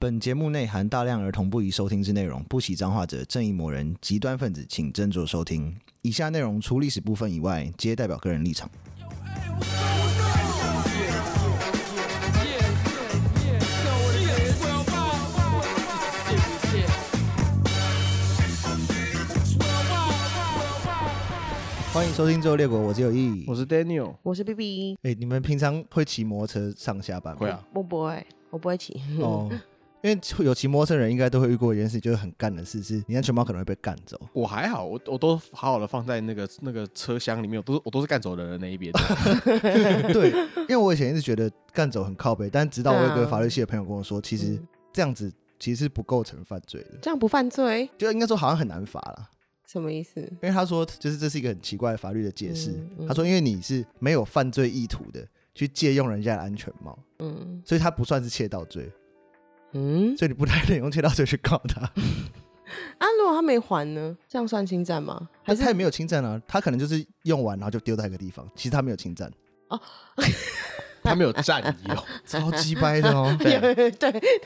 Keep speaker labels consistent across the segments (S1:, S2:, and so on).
S1: 本节目内含大量儿童不宜收听之内容，不喜脏话者、正义魔人、极端分子，请斟酌收听。以下内容除历史部分以外，皆代表个人立场。欢迎收听《最后列国》，我只有意义。
S2: 我是 Daniel，
S3: 我是 B B，
S1: 哎、你们平常会骑摩托车上下班吗？
S2: 会啊，
S3: 我不会，我不会骑。
S1: 哦，因为有骑摩托车的人应该都会遇过一件事，就是很干的事，是你安全帽可能会被干走。
S2: 我还好，我我都好好的放在那个那个车厢里面，我都是我都是干走的人那一边的。
S1: 对，因为我以前一直觉得干走很靠背，但直到我有一个法律系的朋友跟我说，其实
S3: 嗯
S1: 这样子其实是不构成犯罪的，
S3: 这样不犯罪？
S1: 就应该说好像很难罚啦。
S3: 什么意思？
S1: 因为他说，就是这是一个很奇怪的法律的解释。
S3: 嗯嗯
S1: 他说，因为你是没有犯罪意图的去借用人家的安全帽，
S3: 嗯
S1: 所以他不算是窃盗罪，
S3: 嗯，
S1: 所以你不太能用窃盗罪去告他。
S3: 啊，如果他没还呢？这样算侵占吗？还
S1: 但
S3: 是
S1: 他也没有侵占啊，他可能就是用完然后就丢在一个地方，其实他没有侵占，
S2: 他没有占有，
S1: 超鸡掰的 哦。
S2: 对
S3: 对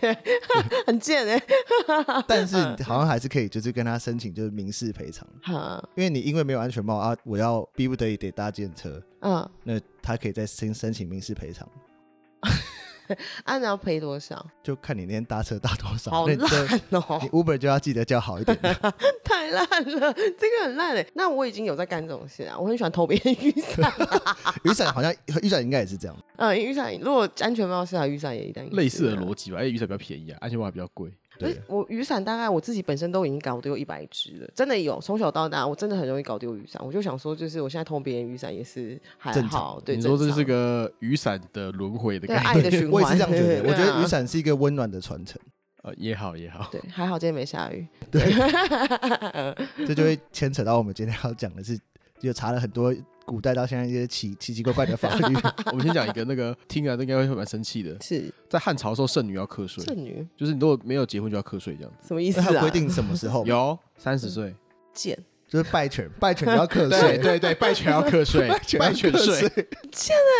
S3: 对， 很贱哎、
S1: 但是
S3: 嗯
S1: 好像还是可以，就是跟他申请就是民事赔偿，
S3: 哈，
S1: 因为你因为没有安全帽啊，我要逼不得已得搭建车，
S3: 嗯，
S1: 那他可以再申申请民事赔偿，
S3: 啊，你要赔多少？
S1: 就看你那天搭车搭多少。
S3: 好
S1: 那你就
S3: 烂哦、
S1: 你 Uber 就要记得叫好一点。
S3: 太烂了，这个很烂哎、那我已经有在干这种事啊，我很喜欢偷别人雨伞。
S1: 雨伞好像雨伞应该也是这样，
S3: 嗯，雨伞如果安全帽是啊，雨伞也一定啊
S2: 类似的
S3: 逻。
S2: 逻辑吧。哎，雨伞比较便宜啊，安全帽还比较贵。
S3: 而
S1: 对
S3: 且，我雨伞大概我自己本身都已经搞丢一百只了，真的有。从小到大，我真的很容易搞丢雨伞。我就想说，就是我现在偷别人雨伞也是还
S1: 正
S3: 好，对，
S2: 你说这就
S3: 正常
S2: 是个雨伞的轮回的
S3: 对
S2: 概
S3: 爱
S2: 念，
S3: 的循环，
S1: 我也是这样觉
S3: 对
S1: 得。我觉
S3: 对啊
S1: 得雨伞是一个温暖的传承，
S2: 呃，也好也好。
S3: 对，还好今天没下雨。
S1: 这就会牵扯到我们今天要讲的是，就查了很多古代到现在一些奇奇奇怪怪的法 律。
S3: 啊
S2: 我们先讲一个那个听啊，应该会蛮生气的。
S3: 是
S2: 在汉朝的时候，剩女要课税，
S3: 剩女
S2: 就是你如果没有结婚就要课税这样子。
S3: 什么意思
S1: 那它有
S3: 啊？
S1: 规定什么时候吗？
S2: 有三十岁，
S3: 贱
S1: 就是拜犬，拜犬要课
S2: 嗯对
S1: 税，
S2: 对 对，拜犬要 课税，拜犬税。，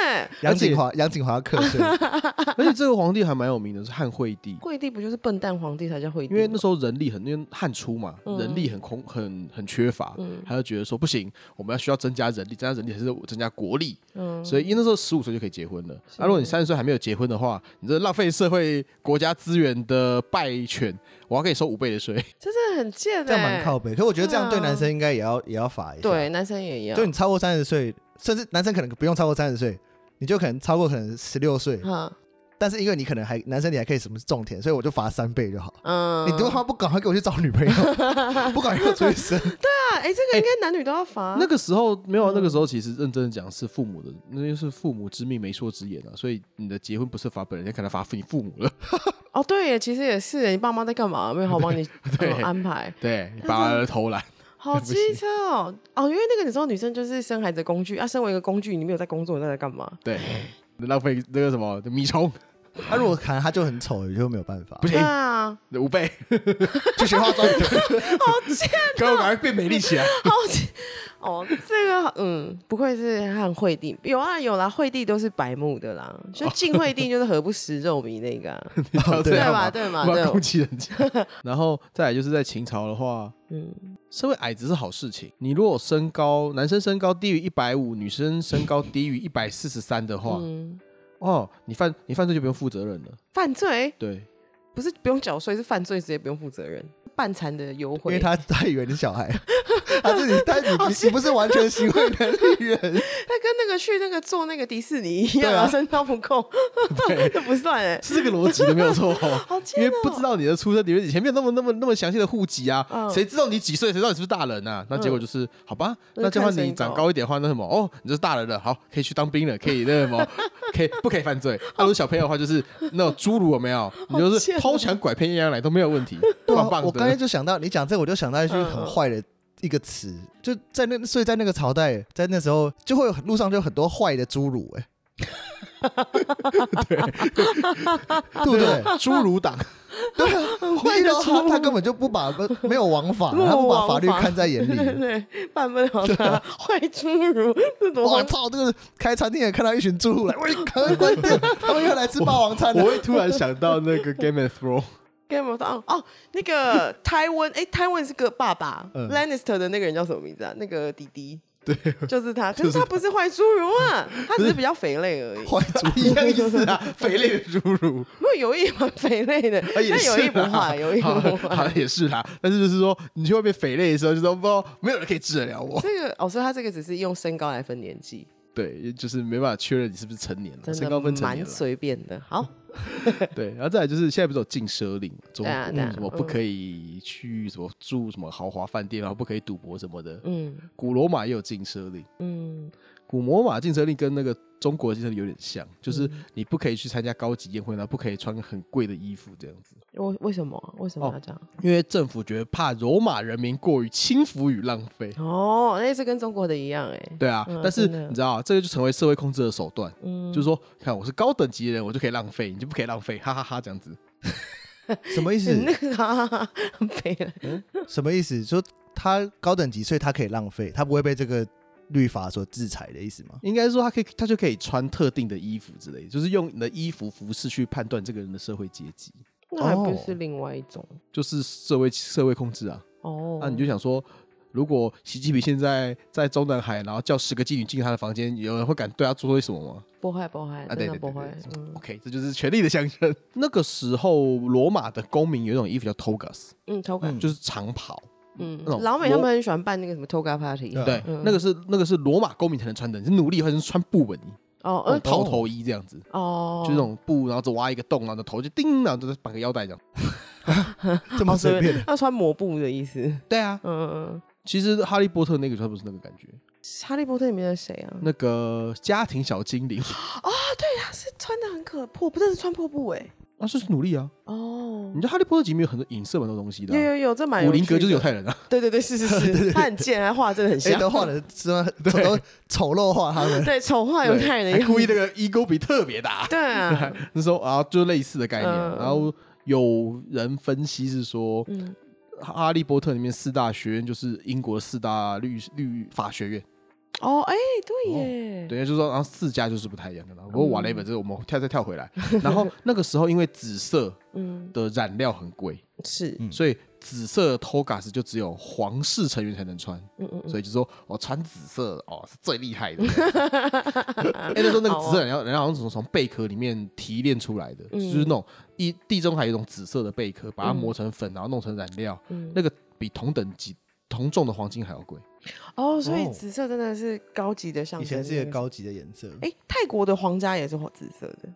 S3: 哎，
S1: 杨
S2: 而且
S1: 景华，杨景华要课 税，
S2: 而且这个皇帝还蛮有名的，是汉惠帝。
S3: 惠帝不就是笨蛋皇帝才叫惠帝
S2: 因
S3: 吗？
S2: 为那时候人力很，因为汉初嘛，
S3: 嗯
S2: 人力很空，很很缺乏，
S3: 嗯
S2: 他就觉得说不行，我们要需要增加人力，增加人力还是增加国力，
S3: 嗯
S2: 所以因为那时候十五岁就可以结婚了。那、如果你三十岁还没有结婚的话，你这浪费社会国家资源的败犬，我要给你收五倍的税。
S3: 真的很贱，欸
S1: 这样蛮。靠背。可我觉得这样对男生应该也要也要罚一下。，
S3: 对，啊男生也要
S1: 就。你超过三十岁，甚至男生可能不用超过三十岁，你就可能超过可能十六岁，
S3: 哈，
S1: 但是因为你可能还男生你还可以什么种田，所以我就罚三倍就好。
S3: 嗯，
S1: 你他妈不赶快给我去找女朋友， 不赶快给我出去生，
S3: 啊？哎，这个应该男女都要罚。
S2: 那个时候没有啊，那
S3: 嗯
S2: 个时候其实认真的讲是父母的，那就是父母之命媒妁之言啊，所以你的结婚不是罚本人，你可能罚你父母了。
S3: 哦，对耶，其实也是耶，你爸妈在干嘛？没有好帮你
S2: 对
S3: 嗯安排，
S2: 对，你爸爸的偷懒，
S3: 好
S2: 不
S3: 机
S2: 行
S3: 车哦哦，因为那个你知道，女生就是生孩子的工具啊，身为一个工具，你没有在工作，你在干嘛？
S2: 对， 浪费那个什么米虫，
S1: 他如果砍他就很丑，也就没有办法
S2: 不。行
S3: 对，啊，
S2: 五倍。
S1: 去学化妆，
S3: 好贱，
S2: 给我赶快变美丽起来。
S3: 好贱哦，这个嗯，不愧是汉惠帝，有啊有啦，惠帝都是白目的啦，就晋惠帝就是何不食肉糜那个啊、
S1: 对
S3: 对
S2: 干
S3: 吧
S2: 嘛
S3: 对嘛
S2: 干嘛
S3: 对
S2: 攻击人 家。然后再来就是在秦朝的话，
S3: 嗯，
S2: 身为矮子是好事情。你如果身高，男生身高低于一百五，女生身高低于一百四十三的话，
S3: 嗯，
S2: 哦，你犯你犯罪就不用负责任了。
S3: 犯罪
S2: 对，
S3: 不是不用缴税，是犯罪直接不用负责任，半残的优
S1: 因
S3: 惠，
S1: 为他他以为你是小孩， 他自己他你你你不是完全行为能力人，
S3: 他跟那个去那个做那个迪士尼一样
S1: 对啊
S3: 啊，身高不够， 这不算哎、
S2: 是这个逻辑的，没有错、
S3: 好
S2: 因
S3: 贱
S2: 为
S3: 哦、
S2: 不知道你的出生年月，以前没有那么那么那么详细的户籍啊，
S3: 嗯
S2: 谁知道你几岁，谁知道你是不是大人啊？那结果就是，好吧，那就换
S3: 那就
S2: 你
S3: 看身高
S2: 长高一点的话，那什么，哦，你就是大人了，好，可以去当兵了，可以那什么，可以不可以犯罪？那如果小朋友的话，就是那种侏儒有没有？你就
S3: 贱
S2: 是
S3: 哦
S2: 偷抢拐骗样来都没有问题，
S1: 对啊
S2: 棒棒
S1: 我刚才
S2: 的。
S1: 就想到你讲这，我就想到一句很坏的一个词，就在那，所以在那个朝代，在那时候就会有路上就有很多坏的侏儒、哎，对，对不对？
S2: 侏儒党，
S1: 对啊，
S3: 坏
S1: 你遇
S3: 的
S1: 到他
S3: 侏儒
S1: 他根本就不把没有王
S2: 啊
S1: 法，
S3: 没有
S1: 他不把
S3: 王
S1: 法律
S3: 法
S1: 看在眼
S3: 对
S1: 里。
S3: 对，办 不了他，
S2: 啊
S3: 坏侏儒，这多
S1: 我
S3: 荒
S1: 操！这个开餐厅也看到一群侏儒来，喂，赶快关店，他们要来吃霸王餐
S2: 我
S1: 了。
S2: 会突然想到那个 Game of Thrones，
S3: 跟他们说哦哦，那个台湾，哎，台湾是个爸爸、
S2: 嗯
S3: l a n n i s t e r 的那个人叫什么名字啊？那个弟弟。
S2: 对，
S3: 就 是他，可是他不是坏侏儒啊，他只是比较肥类而已。
S2: 坏猪 一样意思啊，肥类的侏儒，
S3: 没有有一蛮肥类的，
S2: 啊
S3: 但
S2: 也是
S3: 有一不
S2: 啦
S3: 坏，有一
S2: 好好
S3: 不坏。
S2: 也是啦。但是就是说，你去外面肥类的时候，就说不知道没有人可以治得了我。
S3: 这个哦，所以他这个只是用身高来分年纪，
S2: 对，就是没办法确认你是不是成年了，
S3: 真
S2: 身
S3: 的
S2: 高分成年
S3: 蛮
S2: 了。
S3: 随便的。好，
S2: 对，然后再来就是现在不是有禁奢令，中
S3: 对啊
S2: 国
S3: 对啊
S2: 什么不可以去什么住什么豪华饭店，然后不可以赌博什么的。
S3: 嗯
S2: 古罗马也有禁奢令，
S3: 嗯，
S2: 古罗马禁奢令跟那个中国的禁奢令有点像，就是
S3: 嗯
S2: 你不可以去参加高级宴会，然后不可以穿很贵的衣服这样子，
S3: 我为什么啊为什么
S2: 哦
S3: 要这样？
S2: 因为政府觉得怕罗马人民过于轻浮与浪费。
S3: 哦，那是跟中国的一样哎、
S2: 对啊，
S3: 嗯
S2: 但是
S3: 真的
S2: 你知道、啊，这个就成为社会控制的手段，
S3: 嗯，
S2: 就是说，看我是高等级的人，我就可以浪费，你就不可以浪费，哈哈哈这样子。
S1: 什么意思？
S3: 那个哈哈 哈很肥了，
S1: 什么意思？说他高等级，所以他可以浪费，他不会被这个律法所制裁的意思吗？
S2: 应该说他可以，他就可以穿特定的衣服之类，就是用你的衣服服饰去判断这个人的社会阶级，
S3: 那还不
S1: 哦
S3: 是另外一种
S2: 就是社会社会控制啊。
S3: 哦？
S2: 那、你就想说，如果习近平现在在中南海，然后叫十个妓女进他的房间，有人会敢对他做些什么吗？
S3: 不会不会，
S2: 啊，
S3: 哎真
S2: 对
S3: 的
S2: 对对
S3: 不会
S2: 对，对
S3: 嗯
S2: OK，这就是权力的象征。 那个时候，罗马的公民有一种衣服叫 togas，
S3: 嗯，头感
S1: 嗯
S2: 就是长袍。
S3: 嗯
S2: 那，种
S3: 老美他
S2: 罗
S3: 们很喜欢办那个什么 toga party，
S1: 对啊
S2: 对，那个是那个是罗马公民才能穿的，你是奴隶或者是穿布纹衣、
S3: 哦，
S2: 那
S3: 呃
S2: 种套头衣这样子，
S3: 哦，
S2: 就那种布，然后只挖一个洞，然后头就叮，然后就绑个腰带这样。
S1: 这么随便？
S3: 要穿抹布的意思，
S2: 对啊，
S3: 嗯嗯，嗯
S2: 其实哈利波特那个时候不是那个感觉，
S3: 哈利波特里面的谁啊？
S2: 那个家庭小精灵，
S3: 他是穿的很可破，不是是穿破布哎，
S2: 啊，就是努力啊。
S3: 哦 어.
S2: 你。知道哈利波特集里面有很多影射蛮多东西的
S3: 有
S2: 啊、
S3: 有有，这蛮
S2: 古
S3: 有
S2: 灵
S3: 趣
S2: 阁就是
S3: 的
S2: 犹，太 人啊，
S3: 对对对，是是是，他很贱，他画真的很
S1: 哎，
S3: 像，
S1: 都画的什么都丑陋化他们，
S3: 对，丑
S2: 네.
S3: 化犹太人的
S2: 还
S3: 样子
S2: 故意那个 ego 比特别大。
S3: 对啊，
S2: 那时候啊，就类似的概念。
S3: 嗯
S2: 然后有人分析是说，
S3: 嗯，
S2: 哈利波特》里面四大学院就是英国四大律律法学院，
S3: 哦，哎，对哦耶，
S2: 等于就是说，然后四家就是不太一样的啦。不过 whatever，这个我们跳再跳回来。然后那个时候因为紫色
S3: 嗯，
S2: 的染料很贵，
S3: 是，
S1: 嗯
S2: 所以紫色的 togas 就只有皇室成员才能穿，
S3: 嗯嗯嗯，
S2: 所以就说我穿紫色哦是最厉 害的。哎，那时候那个紫色染
S3: 哦
S2: 料，然后好像是从贝壳里面提炼出来的，就是
S3: 嗯
S2: 那种一地中海有一种紫色的贝壳，把它磨成粉，然后弄成染料，
S3: 嗯
S2: 那个比同等级同重的黄金还要贵。
S3: 哦，所以
S1: 哦
S3: 紫色真的是高级的象
S1: 以
S3: 征，
S1: 前是一个，高级的颜色。
S3: 哎，泰国的皇家也是紫色的，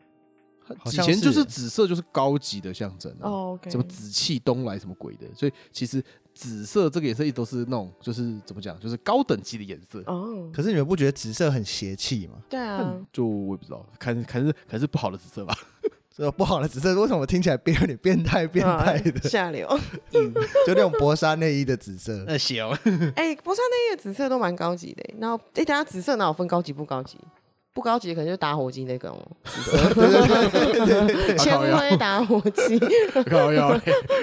S1: 好
S2: 以
S1: 像
S2: 前就是
S1: 是
S2: 紫色就是高级的象征啊，
S3: 哦，OK，
S2: 什么紫气东来什么鬼的，所以其实紫色这个颜色一直都是那种就是怎么讲，就是高等级的颜色。
S3: 哦，
S1: 可是你们不觉得紫色很邪气吗？
S3: 对啊，
S2: 就我也不知道，可能可能是可能是不好的紫色吧。
S1: 这不好的紫色为什么听起来变有点变态变态的
S3: 啊？下流，
S1: 就那种薄纱内衣的紫色，
S2: 那行，
S3: 哎，博山那页紫色都蛮高级的，然后哎，等下紫色哪有分高级不高级？不高级的可能就打火机那个哦，千灰打火机，
S2: 高腰 嘞。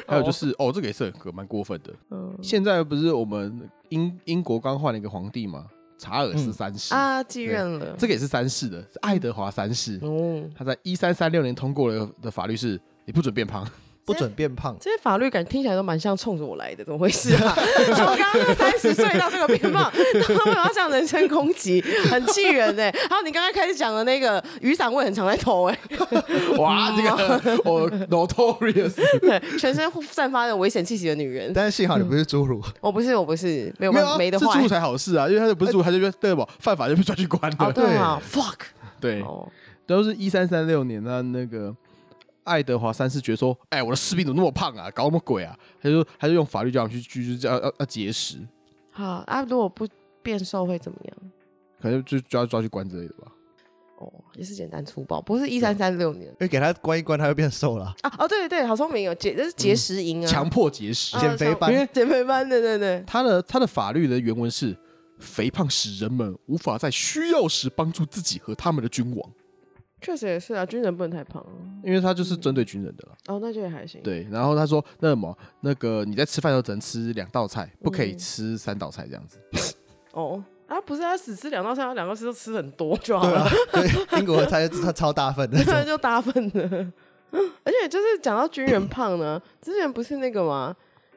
S2: 还有就是哦，这个也是很可蛮过分的。
S3: 嗯
S2: 现在不是我们英英国刚换了一个皇帝嘛，查尔斯三世，
S3: 啊，继任了，
S2: 这个也是三世的，是爱德华三世。
S3: 哦，
S2: 他在一三三六年通过了的法律是，你不准变 胖。
S1: 不准变胖。
S3: 这些法律感觉听起来都蛮像冲着我来的，怎么回事啊？从刚刚那三十岁到这个变胖，他们要这样人身攻击，很气人哎、还有你刚刚开始讲的那个雨伞，我也很常在偷哎、
S2: 哇，这
S3: 哦
S2: 个我 notorious，
S3: 对，全身散发着危险气息的女人，
S1: 但是幸好你不是侏儒，
S3: 我不是，我不是， 没有
S2: 没有啊
S3: 没得
S2: 是
S3: 坏
S2: 住。才好事啊，因为他就不是住，他就被对吧？犯法就被抓去关
S3: 哦，
S2: 了。
S3: 对啊，fuck，
S2: 对，
S3: 哦，
S2: 都是一三三六年，那那个爱德华三世觉得说，哎，我的士兵怎么那么胖啊，搞什么鬼啊？他就他就用法律叫他们去去去叫要要要节食，
S3: 好啊，如果不变瘦会怎么样？
S2: 可能就抓抓去关之类的吧。
S3: 哦，也是简单粗暴，不是一三三六年
S1: 因为给他关一关，他就变瘦了，
S3: 啊！哦，对对对，好聪明哦，节这是节食营啊，
S2: 强迫节食
S3: 啊。
S1: 减肥班
S2: 因为
S3: 减肥班，对对对，
S2: 他的他的法律的原文是：肥胖使人们无法在需要时帮助自己和他们的君王，
S3: 确实也是啊，军人不能太胖啊
S2: 因为他就是针对军人的了。
S3: 哦，那就也还行，
S2: 对，然后他说那什么，那个你在吃饭的时候只能吃两道菜，不可以吃三道菜这样子。
S3: 哦，啊，不是，他只吃两道菜，他两道菜都吃很多就好
S1: 对啊
S3: 了，
S1: 啊，对，英国的菜就他超大份的，
S3: 这就大份了。而且就是讲到军人胖呢，之前不是那个吗？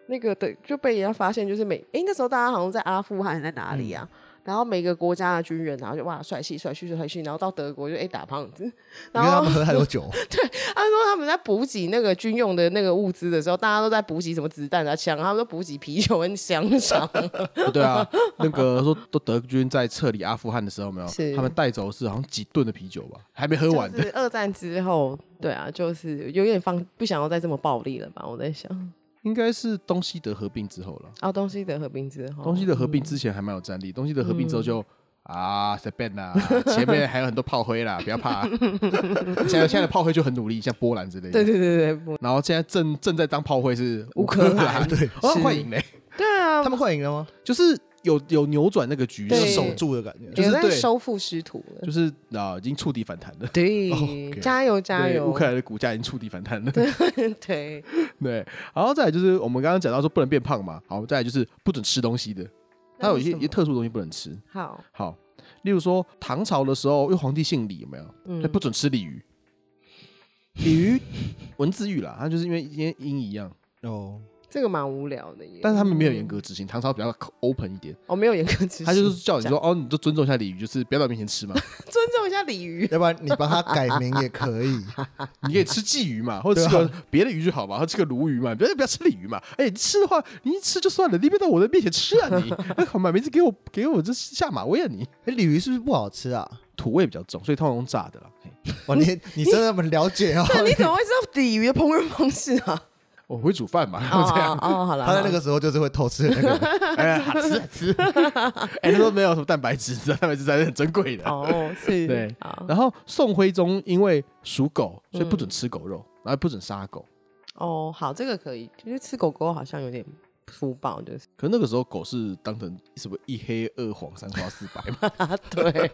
S3: 那个的就被人家发现，就是每哎、那时候大家好像在阿富汗还是在哪里啊？
S1: 嗯
S3: 然后每个国家的军人，然后就哇帅气帅气帅气，然后到德国就哎、打胖子，
S1: 因
S3: 然
S1: 为
S3: 后
S1: 他们喝太多酒，
S3: 他说他们在补给那个军用的那个物资的时候，大家都在补给什么子弹啊、枪啊，他们都补给啤酒跟香肠。
S2: 对啊，那个说都德军在撤离阿富汗的时候，有没有
S3: 是，
S2: 他们带走是好像几吨的啤酒吧，还没喝完
S3: 就
S2: 的。
S3: 是二战之后，对啊，就是有点放不想要再这么暴力了吧？我在想，
S2: 应该是东西德合并之后了。
S3: 啊，东西德合并之后，
S2: 东西德合并之前还蛮有战力，东西德合并之后
S3: 嗯
S2: 就、啊 随便啦，前面还有很多炮灰啦，不要怕。 现在现在的炮灰就很努力，像波兰之类
S3: 对
S2: 的。
S3: 对对对不
S2: 然后现在正正在当炮灰是
S3: 乌克兰
S2: 对， 哦
S3: 是
S2: 快赢嘞，
S3: 对啊，
S1: 他们快赢了吗？
S2: 就是有有扭转那个局
S1: 就
S3: 对
S1: 是
S2: 势，
S1: 守住的感觉，
S2: 就是
S3: 有在
S2: 对
S3: 收复失土了。
S2: 就是啊、已经触底反弹了。
S3: 对，
S1: OK
S3: 加油加
S2: 对，
S3: 油！
S2: 乌克兰的股价已经触底反弹了。
S3: 对，
S2: 对，然后再来就是我们刚刚讲到说不能变胖嘛，好，再来就是不准吃东西的，它有一些
S3: 那为什么
S2: 一些特殊东西不能吃。
S3: 好，
S2: 好，例如说唐朝的时候，因为皇帝姓李，有没有？
S3: 嗯
S2: 他不准吃鲤鱼。鲤鱼文字狱啦，它就是因为因为音一样，
S1: 哦，
S3: 这个蛮无聊的耶。
S2: 但是他们没有严格执行，唐朝比较 open 一点，
S3: 我没有严格执行，
S2: 他就是叫你说哦，你就尊重一下鲤鱼，就是不要在我面前吃嘛，
S3: 尊重一下鲤鱼。
S1: 要不然你帮他改名也可 以。
S2: 你可以吃鲫鱼嘛，或
S3: 啊
S2: 者吃个别的鱼就好嘛，或者吃个鲈鱼嘛，不要不要吃鲤鱼嘛。哎、你吃的话，你一吃就算了，你别到我的面前吃啊你！ 哎，买名字给我给我这下马威啊你！
S1: 哎，鲤鱼是不是不好吃 啊？
S2: 土味比较重，所以通常用炸的啦。嘿
S1: 哇，你你真的很了解哦。
S3: 那你怎么会知道鲤鱼的烹饪方式啊？
S2: 我会煮饭嘛，然
S3: 哦
S2: 后这样，
S3: 哦，哦好了，
S1: 他在那
S3: 好啦
S1: 个时候就是会偷吃的那个人，
S2: 哎，好吃好吃。哎，那时候没有什么蛋白质，你知道蛋白质还是很珍贵的。
S3: 哦是，
S2: 对
S3: 好
S2: 然后宋徽宗因为属狗，所以不
S3: 嗯
S2: 准吃狗肉，然后不准杀狗。
S3: 哦好，这个可以，就是吃狗狗好像有点粗暴，就是
S2: 可那个时候狗是当成什么一黑二黄三花四白嘛，
S3: 啊对，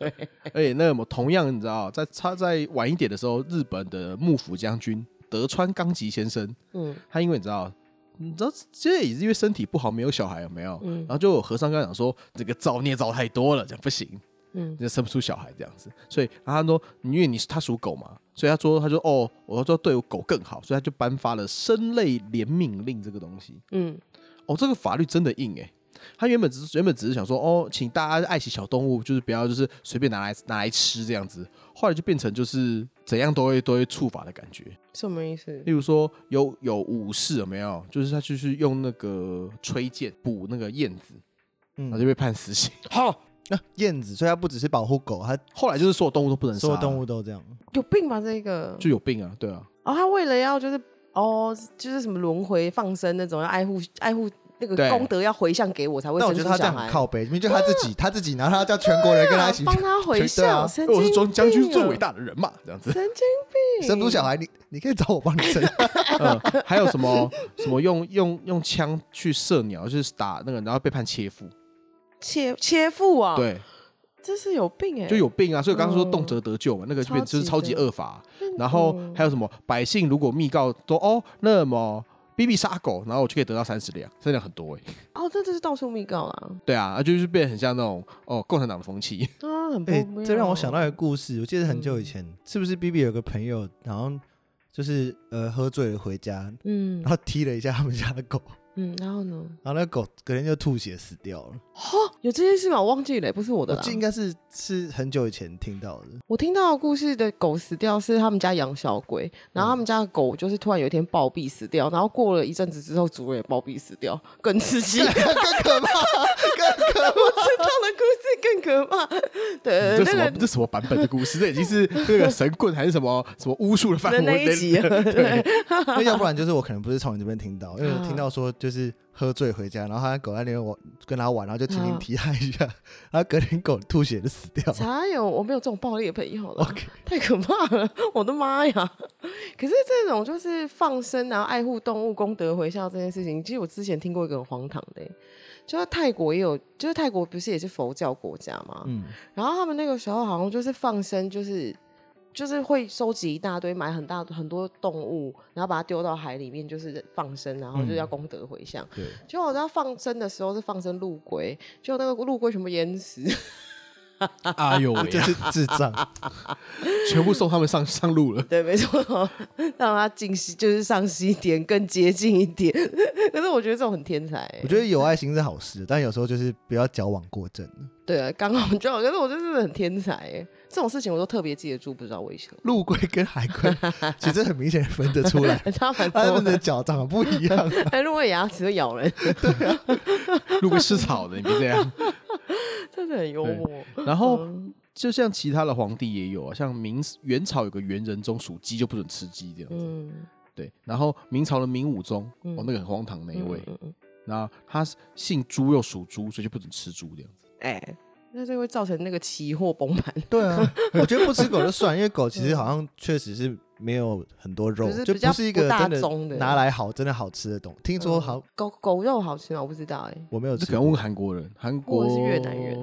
S2: 而且那么同样你知道，在他在晚一点的时候，日本的幕府将军德川纲吉先生，
S3: 嗯
S2: 他因为你知道。你知道，这也是因为身体不好，没有小孩，有没有？
S3: 嗯
S2: 然后就有和尚跟他讲说，这个造孽造太多了，这样不行，
S3: 嗯
S2: 就生不出小孩这样子。所以然后他说，因为你是他属狗嘛，所以他说他说哦，我说对我狗更好，所以他就颁发了生类怜悯令这个东西。
S3: 嗯
S2: 哦，这个法律真的硬诶、他原本只是原本只是想说哦，请大家爱惜小动物，就是不要就是随便拿来拿来吃这样子。后来就变成就是怎样都会都会触法的感觉。
S3: 什么意思？
S2: 例如说有有武士有没有，就是他就是用那个吹剑捕那个燕子，
S1: 嗯
S2: 然后就被判死刑。
S3: 好，
S1: 那燕子，所以它不只是保护狗，它
S2: 后来就是所有动物都不能杀，
S1: 所有动物都这样。
S3: 有病吧这个？
S2: 就有病啊，对啊。
S3: 哦，他为了要就是哦，就是什么轮回放生那种，要爱护爱护那个
S2: 对
S3: 功德要回向给 我才会
S1: 但我
S3: 生
S1: 觉得
S3: 出
S1: 他这
S3: 小
S1: 样很
S3: 孩。
S1: 靠背，明明就他自己，他 自己，然后他叫全国人跟他 一起
S3: 啊帮他回
S1: 对啊
S3: 向，神
S2: 因为我是
S3: 经
S2: 装将军是
S3: 病
S2: 最
S3: 啊
S2: 伟大的人嘛，这样子。
S3: 神经病，
S1: 生不出小孩，你你可以找我帮你 生。
S2: 嗯，还有什么什么用用用枪去射鸟，就是打那个，然后被判切腹。
S3: 切切腹啊！，
S2: 对，
S3: 这是有病哎、
S2: 就有病啊！所以我刚刚说
S3: 嗯
S2: 动辄得救嘛，那个就变
S3: 超级
S2: 就是超级
S3: 的哦
S2: 恶法啊、然后还有什么百姓如果密告说哦，那么 B B 杀狗，然后我就可以得到三十两，三十两很多哎、
S3: 哦，这就是到处密告啦，
S2: 对啊，啊就是变得很像那种哦共产党的风气。
S3: 啊，很不
S1: 哎、
S3: 妙、
S1: 这让我想到一个故事，我记得很久以
S3: 嗯
S1: 前，是不是 B B 有个朋友，然后就是呃喝醉了回家，
S3: 嗯
S1: 然后踢了一下他们家的狗，
S3: 嗯，然后呢？
S1: 然后那个狗隔天就吐血死掉了。
S3: 哦，有这件事吗？我忘记了，不是我的
S1: 我
S3: 啦
S1: 哦记。应该是是很久以前听到的，
S3: 我听到的故事的狗死掉是他们家养小鬼，然后他们家的狗就是突然有一天暴毙死掉，然后过了一阵子之后，主人也暴毙死掉，更刺激， 更可怕，更可怕。我知道的故事更可怕。
S2: 这
S3: 对，呃那
S2: 什么
S3: 个
S2: 这什么版本的故事？这已经是那个神棍还是什么什么巫术的范
S3: 的
S2: 围
S3: 那一
S2: 内
S3: 集，啊对，
S1: 因为要不然就是我可能不是从你这边听到，因为我听到说就是喝醉回家，然后他狗在那边玩，跟他玩，然后就
S3: 嗯
S1: 轻轻踢他一下，然后隔天狗吐血就死掉 了。
S3: 哪有我没有这种暴力的朋友了太可怕了，我的妈呀！可是这种就是放生然后爱护动物、功德回向这件事情，其实我之前听过一个很荒唐的、欸就是泰国也有，就是泰国不是也是佛教国家嘛，
S1: 嗯，
S3: 然后他们那个时候好像就是放生，就是就是会收集一大堆，买很大很多动物，然后把它丢到海里面，就是放生，然后就要功德回向。
S1: 对，
S3: 结果我在放生的时候是放生陆龟，结果那个陆龟全部淹死。
S2: 哎呦喂
S1: 这
S2: 啊，
S1: 是智 障。
S2: 全部送他们上上路了。
S3: 对，没错，让他近西就是上西一点，更接近一点。可是我觉得这种很天才欸、
S1: 我觉得有爱心是好事，但有时候就是不要矫枉过正。
S3: 对啊，刚好就好。可是我真的很天才、欸，这种事情我都特别记得住，不知道为什么。
S1: 陆龟跟海龟其实很明显分得出 来，
S3: 他蛮
S1: 它
S3: 多
S1: 们的
S3: 的，
S1: 脚长得不一样。
S3: 但如果牙齿会咬人，
S2: 路边吃草的，你别这 样。
S3: 真的很幽默。
S2: 然后
S3: 嗯
S2: 就像其他的皇帝也有啊，像明元朝有个元仁宗属鸡就不准吃鸡这样子。
S3: 嗯，
S2: 对，然后明朝的明武宗，
S3: 嗯
S2: 哦，那个很荒唐那一位，
S3: 嗯嗯嗯
S2: 那他是姓猪又属猪，所以就不准吃猪这样子。
S3: 哎、那这会造成那个期货崩盘，
S1: 对啊，我觉得不吃狗就算，因为狗其实好像确实是没有很多肉
S3: 就，是
S1: 就
S3: 比较
S1: 不是一个
S3: 不大
S1: 真
S3: 宗的嗯
S1: 拿来好真的好吃的东西。听 说好，
S3: 狗狗肉好吃吗？我不知道哎、
S1: 我没有
S2: 这
S1: 吃
S2: 可能问韩国人，韩
S3: 或
S2: 国
S3: 者是越南人。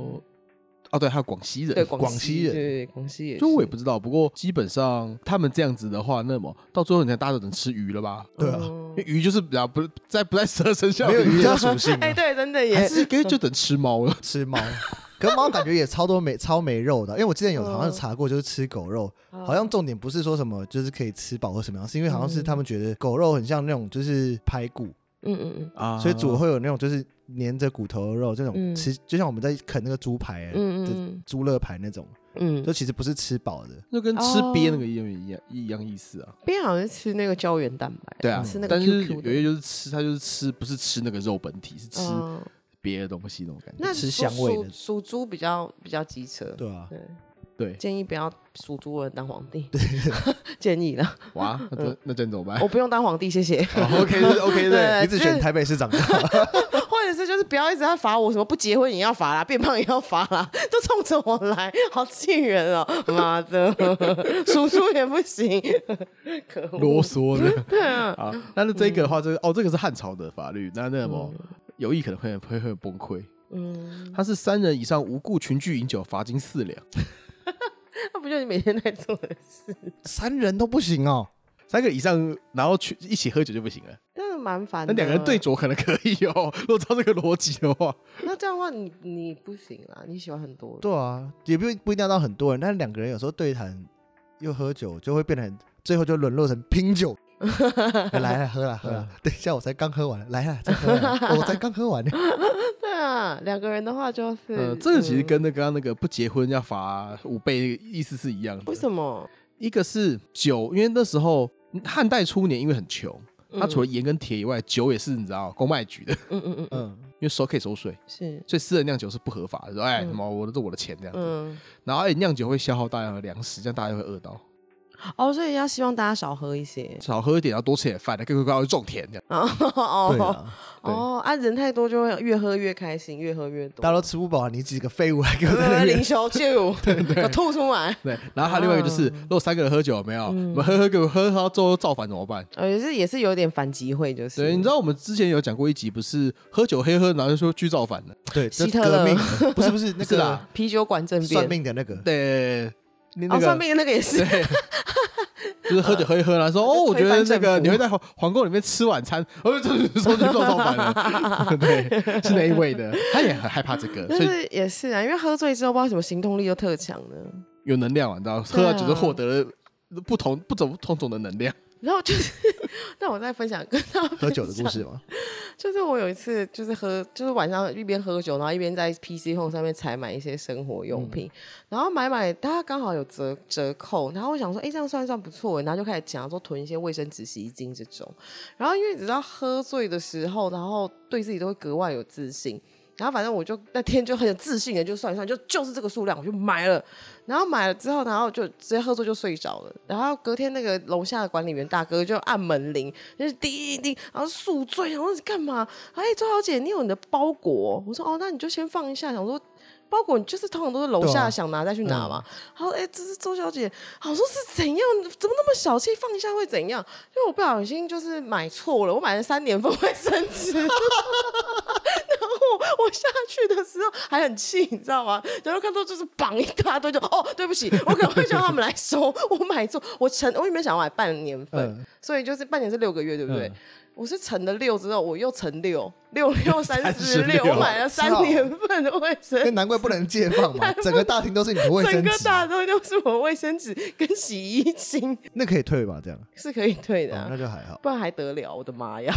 S2: 哦，对，还有广西人。
S3: 对，
S1: 广
S3: 西
S1: 西人
S3: 对对对广西也是，
S2: 就我也不知道，不过基本上他们这样子的话，那么到最后你看大家都只能吃鱼了吧？
S1: 对啊
S2: 因
S3: 嗯
S2: 为鱼就是比较不在不在十二生肖
S1: 没有
S2: 里面
S1: 鱼的 属性啊，
S3: 哎、对，真的
S2: 还
S3: 耶，
S2: 是跟就等吃猫了。
S1: 吃猫。可猫感觉也超多没超没肉的，因为我之前有好
S3: 嗯
S1: 像查过，就是吃狗肉，好像重点不是说什么就是可以吃饱或什么样，是因为好像是他们觉得狗肉很像那种就是排骨，
S3: 嗯嗯嗯
S2: 啊
S1: 所以煮会有那种就是粘着骨头的肉，这种
S3: 嗯
S1: 吃就像我们在啃那个猪排、欸，
S3: 嗯
S1: 就
S3: 嗯
S1: 猪肋排那种，
S3: 嗯
S1: 就
S3: 嗯，
S1: 其实不是吃饱的。
S2: 就跟吃鳖那
S3: 哦
S2: 个一样一样一样意思啊。
S3: 边好像是吃那个胶原蛋白，
S2: 对啊，
S3: 吃那个
S2: 但是
S3: QQ
S2: 有
S3: 的，
S2: 些就是吃，它就是吃，不是吃那个肉本体，是吃
S3: 嗯
S2: 别的东西那种感觉。
S3: 那
S1: 吃
S3: 属
S1: 香味
S3: 属
S1: 的
S3: 属猪比较比较机车，
S1: 对啊，
S3: 对，
S2: 对，
S3: 建议不要属猪的人当皇帝， 建议了，
S2: 哇，那
S3: 嗯
S2: 这那这样怎么办
S3: 我不用当皇帝，谢谢。
S1: 哦
S2: ？OK OK
S3: 对
S2: 对，
S1: 你只选台北市长就好，
S3: 或者是就是不要一直在罚我，什么不结婚也要罚啦， 变胖也要罚啦，都冲着我来，好气人哦！ 妈的，数数也不行，可 恶！
S2: 啰嗦
S3: 嗯
S2: 的。对 啊，那那这个的话，就是哦，这个是汉朝的法律，那那么有意可能会会会崩溃。
S3: 嗯，
S2: 他是三人以上无故群聚饮酒，罚金四两。
S3: 那不就是你每天在做的事？
S1: 三人都不行哦。
S2: 三个以上，然后去一起喝酒就不行了。
S3: 真的蛮烦
S2: 那
S3: 的。
S2: 两个人对，酌可能可以哦。 如果照这个逻辑的话，
S3: 那这样的话你你不行啦，你喜欢很多人。
S1: 对啊，也不不一定要到很多人，但两个人有时候对谈又喝酒，就会变成最后就沦落成拼酒。哎来来喝啦喝啦，
S3: 嗯
S1: 等一下我才刚喝完，来啦再喝啦，我才刚喝完 呢。
S3: 对啊，两个人的话就是，
S2: 呃，这个其实
S3: 嗯
S2: 跟那刚刚那个不结婚要罚五倍意思是一样的
S3: 为。什么？
S2: 一个是酒，因为那时候汉代初年因为很穷，他除了盐跟铁以外，酒也是你知道公卖局的，
S3: 嗯嗯嗯嗯，
S1: 嗯，
S2: 因为收可以收税，
S3: 是，
S2: 所以私人酿酒是不合法的。说哎，什么我的这我的钱这样子。
S3: 嗯，
S2: 然后哎，酿酒会消耗大量的粮食，这样大家会饿到，
S3: 哦，所以要希望大家少喝一些
S2: 少喝一点，然后多吃点饭，更快快去种田这样。
S3: 啊。 哦
S1: 对啊，
S2: 对
S3: 哦，啊，人太多就会越喝越开心，越喝越多。
S1: 大家都吃不饱，啊你几个废物还给我在那
S3: 呃
S1: 边
S3: 灵修就我吐出 来，
S2: 对，然后还有另外一个就是，
S3: 啊
S2: 如果三个人喝酒有没有，我
S3: 嗯
S2: 们喝喝给我喝喝到最后造反怎么办？
S3: 呃，也是也是有点反击会，就是
S2: 对，你知道我们之前有讲过一集，不是喝酒黑喝，然后就说去造反
S3: 嗯
S2: 的，
S1: 对，这
S3: 希特
S1: 革
S3: 勒
S1: 命不是不 是那
S2: 是
S1: 个
S2: 啦
S3: 啤酒馆政变
S1: 算，命的那个，
S2: 对，你那
S3: 哦，
S2: 个、
S3: 算命的那个也是，
S2: 对， 就是喝酒喝一喝，然后说哦，我觉得那
S3: 嗯推翻政
S2: 个
S3: 府
S2: 你会在皇皇宫里面吃晚餐，哦，这就是说去做造反了， 对，是哪一位的？他也很害怕这个，
S3: 但
S2: 所以
S3: 是也是啊，因为喝醉之后不知道为什么行动力又特强呢，
S2: 有能量嘛，你知道，喝
S3: 对啊
S2: 到酒就获得了不同不同不同种的能 量。
S3: 然后就是，那我再分享跟他
S1: 喝酒的故事 嘛。
S3: 就是我有一次就是喝，就是晚上一边喝酒，然后一边在 PC Home 上面采买一些生活用品，然后买买它刚好有折折扣，然后我想说，哎，这样算一算不错耶，然后就开始讲说囤一些卫生纸、洗衣精这种。然后因为你知道喝醉的时候，然后对自己都会格外有自信。然后反正我就那天就很有自信的，就算一算，就就是这个数量，我就买了。然后买了之后，然后就直接喝醉就睡着了。然后隔天那个楼下的管理员大哥就按门铃，就是叮叮，然后宿醉，然后是干嘛？哎，周小姐，你有你的包裹？我说哦，那你就先放一下。想说包裹你就是通常都是楼
S1: 对
S3: 下
S1: 啊
S3: 想拿再去拿嘛。他说哎，这是周小姐。好说是怎样？怎么那么小气？放一下会怎样？因为我不小心就是买错了，我买了三年份卫生纸。 然后我下去的时候还很气，你知道吗？然后看到就是绑一大堆就，哦，对不起，我可能会叫他们来收。我买错，我成我原本想要买半年份，
S1: 嗯
S3: 所以就是半年是六个月，对不对？
S1: 嗯
S3: 我是乘了六之后，我又乘六，六六三十六，
S2: 36
S3: 我买了三年份的卫生
S1: 那难怪不能借放嘛，整个大厅都是你的卫
S3: 整
S1: 生
S3: 个
S1: 纸，
S3: 大都都是我卫生纸跟洗衣精
S1: 那可以退吧？这样，
S3: 是可以退的、
S1: 哦
S3: 啊，
S1: 那就还好。
S3: 不然还得了？我的妈呀！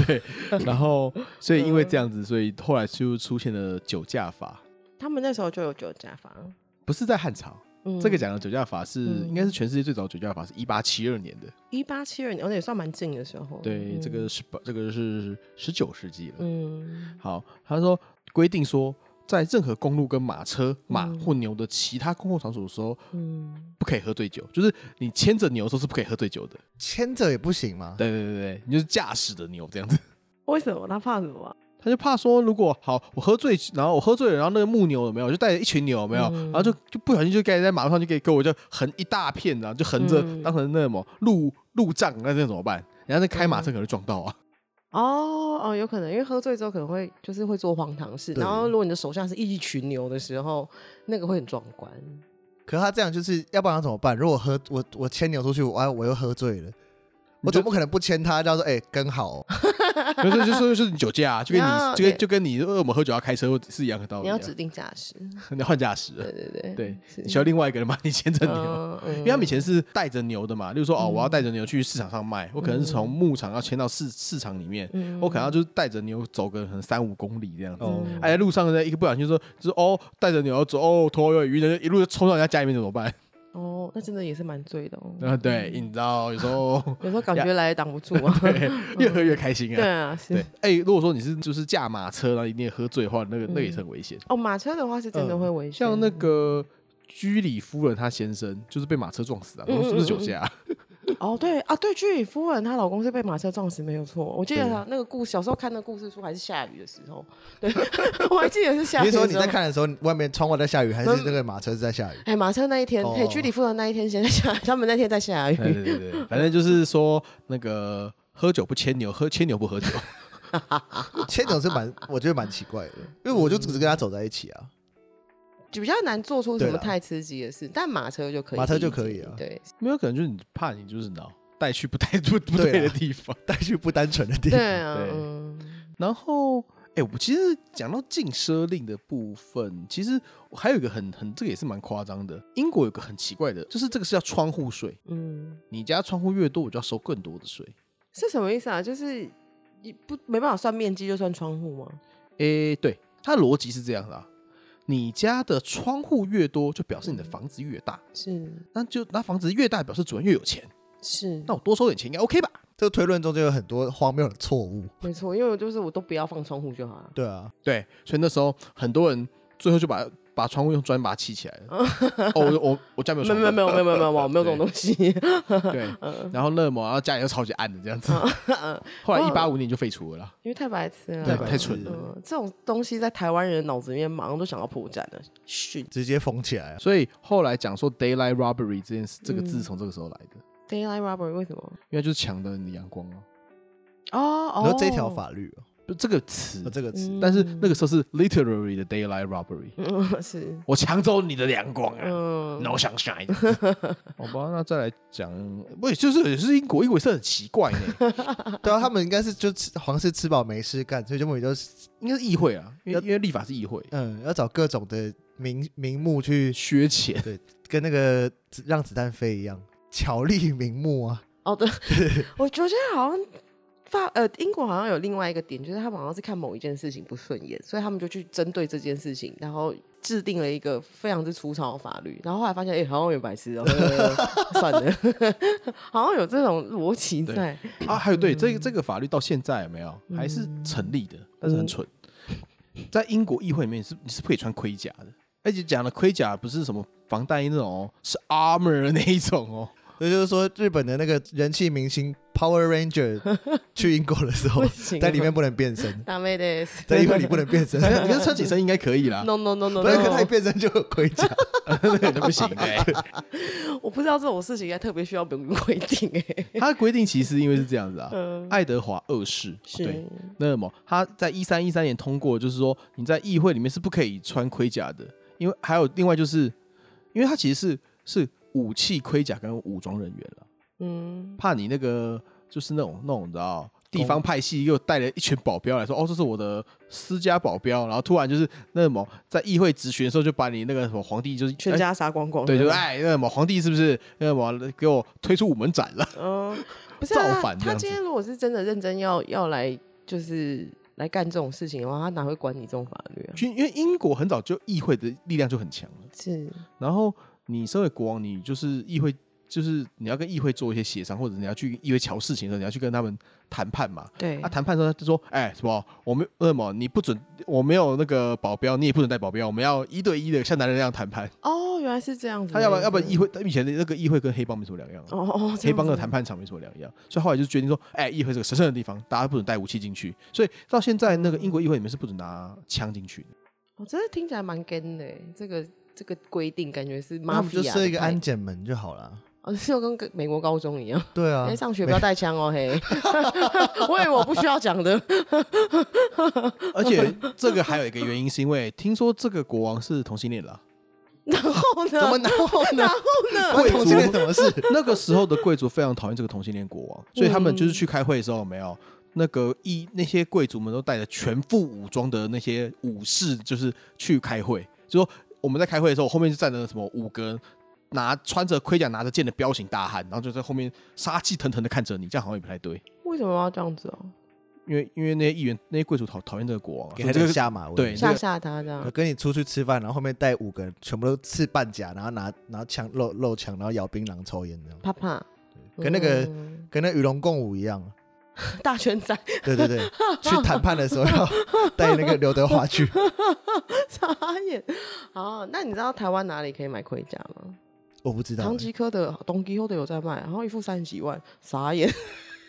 S2: 然后，所以因为这样子，所以后来就出现了酒驾法，
S3: 他们那时候就有酒驾法，
S2: 不是在汉朝。
S3: 嗯，
S2: 这个讲的酒驾法是
S3: 嗯
S2: 应该是全世界最早酒驾法，是一八七二年的。
S3: 一八七二年，哦，也算蛮近的时候。
S2: 对，这个是这个是十九世纪了。
S3: 嗯，
S2: 好，他说规定说，在任何公路跟马车、马
S3: 嗯
S2: 或牛的其他公共场所的时候，
S3: 嗯
S2: 不可以喝醉酒，就是你牵着牛的时候是不可以喝醉酒的。
S1: 牵着也不行吗？
S2: 对对对对，你就是驾驶的牛这样子。
S3: 为什么他怕什么啊、
S2: 他就怕说，如果好，我喝醉，然后我喝醉了，然后那个牧牛有没有，我就带着一群牛有没有，
S3: 嗯
S2: 然后就就不小心就盖在马路上，就给给我就横一大片，然后就横着、
S3: 嗯
S2: 当成那什么路路障，那这怎么办？人家那开马
S3: 嗯
S2: 车可能撞到啊，
S3: 哦哦，有可能，因为喝醉之后可能会就是会做荒唐事，
S1: 对
S3: 然后如果你的手下是一群牛的时候，那个会很壮观。
S1: 可他这样就是，要不然要怎么办？如果喝我我牵牛出去，我哎我又喝醉了，
S2: 你
S1: 我
S2: 就
S1: 总不可能不牵他，叫说哎跟好哦、
S2: 所以就就是就是你酒驾、啊，就跟
S3: 然
S2: 你
S3: 后
S2: 就跟
S3: 对
S2: 就跟你呃我们喝酒要开车是一样的道
S3: 你
S2: 理、啊
S3: 要。指定驾驶，
S2: 你要换驾驶，啊
S3: 对对对
S2: 对，
S3: 是
S2: 你需要另外一个人把你牵着牛。
S3: 嗯嗯
S2: 因为他们以前是带着牛的嘛，例如说哦，我要带着牛去市场上卖，我可能是
S3: 嗯
S2: 从牧场要牵到市市场里面，我可能要就是带着牛走个可能三五公里这样子。
S1: 哦
S3: 嗯
S2: 哎，在路上呢，一个不小心就说，就是哦，带着牛走，哦，头有余人一路就冲到人家家里面怎么办？
S3: 哦，那真的也是蛮醉的哦。
S1: 嗯
S2: 啊， 对，你知道有时候
S3: 有时候感觉来也挡不住啊。
S2: 对越喝越开心
S3: 对
S2: 啊。
S3: 啊，是
S2: 对，哎，如果说你是就是驾马车，然后一定喝醉的话，
S1: 嗯
S2: 那个那个也是很危险。
S3: 哦，马车的话是真的会危险。
S2: 像那个居里夫人她先生就是被马车撞死啊，
S1: 嗯
S2: 然后是不是酒驾啊？
S3: 哦，对啊，对，居里夫人她老公是被马车撞死，没有错。我记得她那个故，小时候看的故事书还是下雨的时候，对， 我还记得是下
S1: 你
S3: 雨
S1: 是
S3: 的时候。
S1: 说你在看的时候，外面窗外在下雨，还是那个马车是在下雨？
S3: 哎，马车那一天，
S1: 哦
S3: 嘿，居里夫人那一天先在下雨， 他们那天在下
S1: 嗯
S3: 雨。
S2: 对对对对，反正就是说那个喝酒不牵牛，喝牵牛不喝酒。
S1: 牵牛是蛮，我觉得蛮奇怪的，因为我就只是跟他走在一起啊。
S3: 就比较难做出什
S1: 对
S3: 么
S1: 啦
S3: 太刺激的事，但马车就可以理解，
S1: 马车就可以啊
S3: 对
S2: 没有可能就是你怕你就是脑带去不带不不对
S1: 对
S2: 的
S1: 啊
S2: 地方。
S1: 带去不单纯的地方，
S3: 对 啊
S2: 对，
S3: 嗯
S2: 然后，哎、我其实讲到禁奢令的部分，其实还有一个很很这个也是蛮夸张的。英国有个很奇怪的，就是这个是叫窗户税，
S3: 嗯，
S2: 你家窗户越多，我就要收更多的税。
S3: 是什么意思啊？就是你不没办法算面积就算窗户吗？
S2: 诶、对，它的逻辑是这样的、啊。你家的窗户越多，就表示你的房子越大，
S3: 是
S2: 那就那房子越大，表示主人越有钱。
S3: 是，
S2: 那我多收点钱应该 OK 吧？
S1: 这个推论中间有很多荒谬的错误。
S3: 没错，因为我就是我都不要放窗户就好了。
S1: 对啊，
S2: 对，所以那时候很多人最后就把把窗户用砖把它砌起来了。哦，我我我家没有窗
S3: 没有
S2: 户，
S3: 没有没有没有没有没有没有没有这种东西。
S2: 对，然后那么然后家里又超级暗的这样子， 后来一八五年就废除了啦，
S3: 因为太白痴了。
S2: 对
S1: 太白
S2: 太蠢
S1: 痴
S2: 了。
S3: 嗯，这种东西在台湾人脑子里面马上都想到破绽了，训
S1: 直接缝起来啊。
S2: 所以后来讲说 daylight robbery 这件事，这个字是从这个时候来的，
S3: daylight robbery 为什么？
S2: 因为就是抢了你的阳光啊，
S3: 哦哦，
S1: 然后这条法律哦，
S2: 不这个词
S1: 哦，这个词
S3: 嗯
S2: 但是那个时候是 literary 的 daylight robbery，
S3: 嗯是
S2: 我抢走你的阳光啊。
S3: 嗯
S2: No sunshine。好吧，那再来讲，不也就是也是英国，英国也是很奇怪呢，
S1: 对啊，他们应该是就吃皇室吃饱没事干，所以就莫名就是
S2: 应该是议会啊，因为因为立法是议会，
S1: 嗯，要找各种的名名目去
S2: 削钱。
S1: 跟那个子让子弹飞一样，巧立名目啊。
S3: 哦对， 我觉得好像。法呃，英国好像有另外一个点，就是他们好像是看某一件事情不顺眼，所以他们就去针对这件事情，然后制定了一个非常之粗糙的法律，然后后来发现，哎、好像有白痴哦、 呃算了， 好像有这种逻辑
S2: 对
S3: 在。
S2: 啊，还有对这个这个法律到现在有没有还是
S3: 嗯
S2: 成立的，但是很蠢。在英国议会里面是你是不可以穿盔甲的，而且讲的盔甲不是什么防弹衣那种哦，是 armor 那一种哦。
S1: 所以就是说，日本的那个人气明星 Power Ranger 去英国的时候
S3: 不 行，
S1: 在里面不能变身，
S3: ダメです。
S1: 在议会里不能变 身，
S2: 你要穿紧身应该可以啦，
S3: no no no no，,
S1: 不然可他
S3: no
S1: 一变身就有盔甲。
S2: 那个就不行哎。
S3: 我不知道这种事情应该特别需要明文规定哎、
S2: 他的规定其实因为是这样子啊，
S3: 嗯
S2: 爱德华二世对
S3: 是，
S2: 那么他在一三一三年通过，就是说你在议会里面是不可以穿盔甲的，因为还有另外就是，因为他其实是是武器盔甲跟武装人员了。
S3: 嗯，
S2: 怕你那个就是那种那种你知道地方派系又带了一群保镖来说，哦，这是我的私家保镖，然后突然就是那什么，在议会质询的时候就把你那个什么皇帝就是
S3: 全
S2: 哎
S3: 家杀光嗯光。
S2: 对，就是哎那什么皇帝是不是那什么给我推出午门斩了？
S3: 嗯，不是、啊、
S2: 造反这
S3: 他
S2: 样子
S3: 今天如果是真的认真要要来，就是来干这种事情的话，他哪会管你这种法律啊？
S2: 因因为英国很早就议会的力量就很强了，
S3: 是，
S2: 然后你身为国王，你就是议会。就是你要跟议会做一些协商，或者你要去议会瞧事情的时候，你要去跟他们谈判嘛。
S3: 对
S2: 啊，谈判的时候就说，哎、什么，我们为什么你不准，我没有那个保镖，你也不准带保镖，我们要一对一的像男人那样谈判。
S3: 哦，原来是这样子。
S2: 他要不然要不然
S3: 一
S2: 议会，他以前的那个议会跟黑帮没什么两样啊、
S3: 哦哦，这样子
S2: 黑帮的谈判场没什么两样，所以后来就决定说，哎、议会是个神圣的地方，大家不准带武器进去。所以到现在那个英国议会里面是不准拿枪进去的。
S3: 我哦真的听起来蛮跟的欸，这个这个规定感觉是
S1: 那
S3: 妈
S1: 我们啊就设
S3: 是
S1: 一个安，检门就好了。
S3: 哦，就跟跟美国高中一样，
S1: 对啊
S3: 哎，，上学不要带枪哦，嘿， 我以为我不需要讲 的，
S2: 而且这个还有一个原因，是因为听说这个国王是同性恋啦、
S3: 然后
S1: 怎么
S3: 呢？
S1: 然后呢
S3: 然？后
S1: 关
S3: 呢？
S1: 同性恋什么事？
S2: 那个时候的贵族非常讨厌这个同性恋国王，所以他们
S3: 嗯
S2: 就是去开会的时候，有没有那个一那些贵族们都带着全副武装的那些武士，就是去开会。就说我们在开会的时候，后面就站着什么五个拿穿着盔甲、拿着剑的彪形大汉，然后就在后面杀气腾腾的看着你，这样好像也不太对。
S3: 为什么要这样子哦？
S2: 因为因为那些议员、那些贵族讨讨厌这个国王啊，
S1: 给
S2: 所
S1: 他
S2: 以这
S1: 个
S2: 个
S1: 下马威。
S2: 对
S3: 吓吓他这样
S1: 我，跟你出去吃饭，然后后面带五个人，全部都刺半甲，然后拿拿枪露露枪，然后咬槟榔、抽烟这样，
S3: 怕怕，
S1: 跟那个、
S3: 嗯
S1: 跟那与龙共舞一样。啊
S3: 大圈仔，
S1: 对对对，去谈判的时候要带那个刘德华去。
S3: 傻眼。哦，那你知道台湾哪里可以买盔甲吗？
S1: 我不知道
S3: 唐
S1: 欸，
S3: 吉诃德、东吉诃德有在卖，然后一副三十几万，傻眼。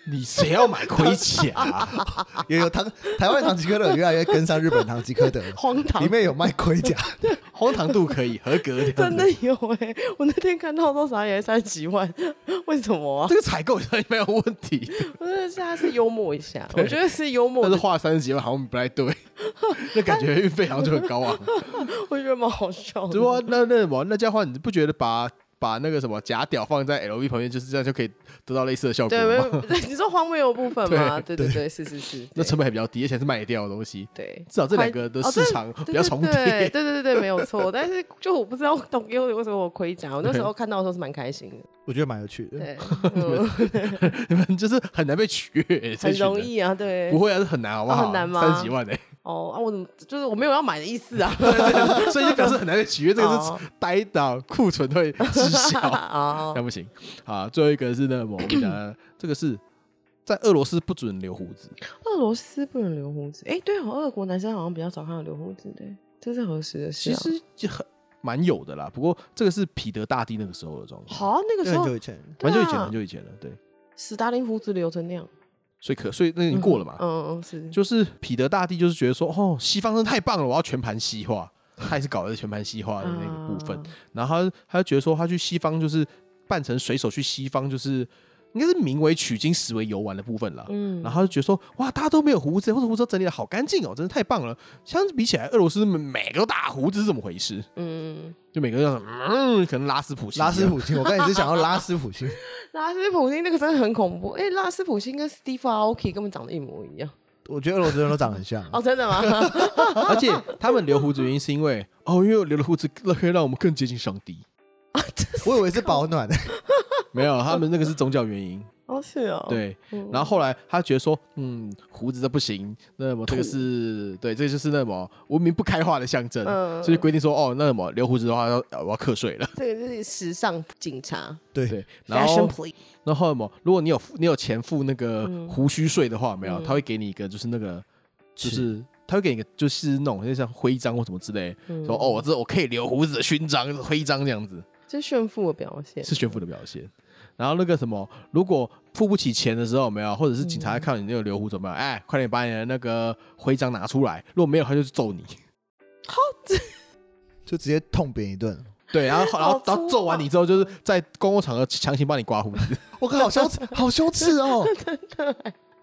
S2: 你谁要买盔甲、啊？
S1: 也有 唐台湾唐吉诃德越来越跟上日本唐吉诃德了，
S3: 荒唐
S1: 里面有卖盔甲，
S2: 荒唐度可以合格，
S3: 真的有哎、我那天看到多少也三十几万，为什么啊？
S2: 这个采购也没有问题，
S3: 我真的是他是幽默一下，我觉得是幽默
S2: 但是
S3: 的，
S2: 花了三十几万好像不太 对，那感觉运费好像就很高啊昂。
S3: 我觉得蛮好笑
S2: 只
S3: 的
S2: 不。过那那什么，那这样的话你不觉得把把那个什么假屌放在 LV 旁边，就是这样就可以得到类似的效果
S3: 对，没
S2: 吗？
S3: 有，对 你说荒谬的部分吗？对对对，是是是，
S2: 那
S3: 对
S2: 成本还比较低，而且是卖得掉的东西，
S3: 对。
S2: 至少这两个的
S3: 哦
S2: 市场
S3: 对
S2: 比较重
S3: 对对对
S2: 叠。
S3: 对对对，没有错。但是就我不知道董哥为什么我盔甲，我那时候看到的时候是蛮开心的。
S1: 我觉得蛮有趣的。
S3: 对，嗯
S2: 你们 就是很难被取悦，这群
S3: 很
S2: 人
S3: 容。易啊，对
S2: 不。会啊，是很难，好不
S3: 哦
S2: 好？
S3: 很难吗
S2: 三十几万 哎、
S3: 哦，啊，我怎么就是我没有要买的意思啊？
S2: 欸，所以就表示很难被取悦，这个
S3: 哦
S2: 是呆到库存会滞销。
S3: 哦
S2: 那，不行。好，最后一个是那个我们讲的这个是在俄罗斯不准留胡子，
S3: 俄罗斯不能留胡子，哎、对哦，俄国男生好像比较少看到留胡子的，这是何时的事、
S2: 其
S3: 啊？
S2: 实就很蛮有的啦。不过这个是彼得大帝那个时候的状况，
S3: 好、啊，那个
S1: 就
S3: 时
S1: 很
S3: 候
S1: 久以 前，
S3: 对
S2: 蛮
S3: 啊
S2: 久以前，很久以前了。对，
S3: 史达林胡子留成那样，
S2: 所以可所以那已经过了嘛。
S3: 嗯嗯嗯是，
S2: 就是彼得大帝就是觉得说，哦，西方真的太棒了，我要全盘西化。 他也是搞的全盘西化的那个部分，
S3: 啊
S2: 然后他他就觉得说，他去西方就是扮成水手去西方，就是应该是名为取经，实为游玩的部分啦。
S3: 嗯，
S2: 然后他就觉得说，哇，大家都没有胡子，或者胡子都整理的好干净哦，真是太棒了。相比起来，俄罗斯每个都大胡子是怎么回事？
S3: 嗯，
S2: 就每个人都想嗯，可能拉斯普
S3: 啊
S2: 西一样
S1: 拉斯普京，我刚才是想要拉斯普 京，
S3: 拉斯普京那个真的很恐怖，哎、拉斯普京跟 Steve Aoki 根本长得一模一样，
S1: 我觉得俄罗斯人都长得很像。啊
S3: 哦，真的吗？
S2: 而且他们留胡子的原因是因为哦，因为留了胡子可以让我们更接近上帝。
S3: 啊
S1: 我以为是保暖，
S2: 没有，他们那个是宗教原因。
S3: 哦是 哦，，
S2: 对，
S3: 嗯
S2: 然后后来他觉得说，嗯，胡子这不行，那么这个是对，这就是那么文明不开化的象征，
S3: 嗯
S2: 所以规定说，哦，那么留胡子的话要我要课税了。
S3: 这个就是时尚警察
S1: 对，
S2: 对，然后
S3: ，Fashion Police，
S2: 然后什么？如果你有付你有钱付那个
S3: 嗯
S2: 胡须税的话，没有，
S3: 嗯
S2: 他会给你一个就是那个就是是他会给你一个就是那种就像徽章或什么之类，
S3: 嗯
S2: 说哦，我这我可以留胡子的勋章徽章这样子，
S3: 这是炫富的表现，
S2: 是炫富的表现。然后那个什么，如果付不起钱的时候，没有，或者是警察看到你那个留胡子，有
S3: 嗯
S2: 没有，哎，快点把你的那个徽章拿出来，如果没有，他就揍你。
S1: 就直接痛扁一顿。
S2: 对，然 后然
S3: 好
S2: 后
S3: 粗啊
S2: 然后揍完你之后，就是在公共场合强行帮你刮胡子，
S1: 我靠，好羞 耻，好羞耻哦！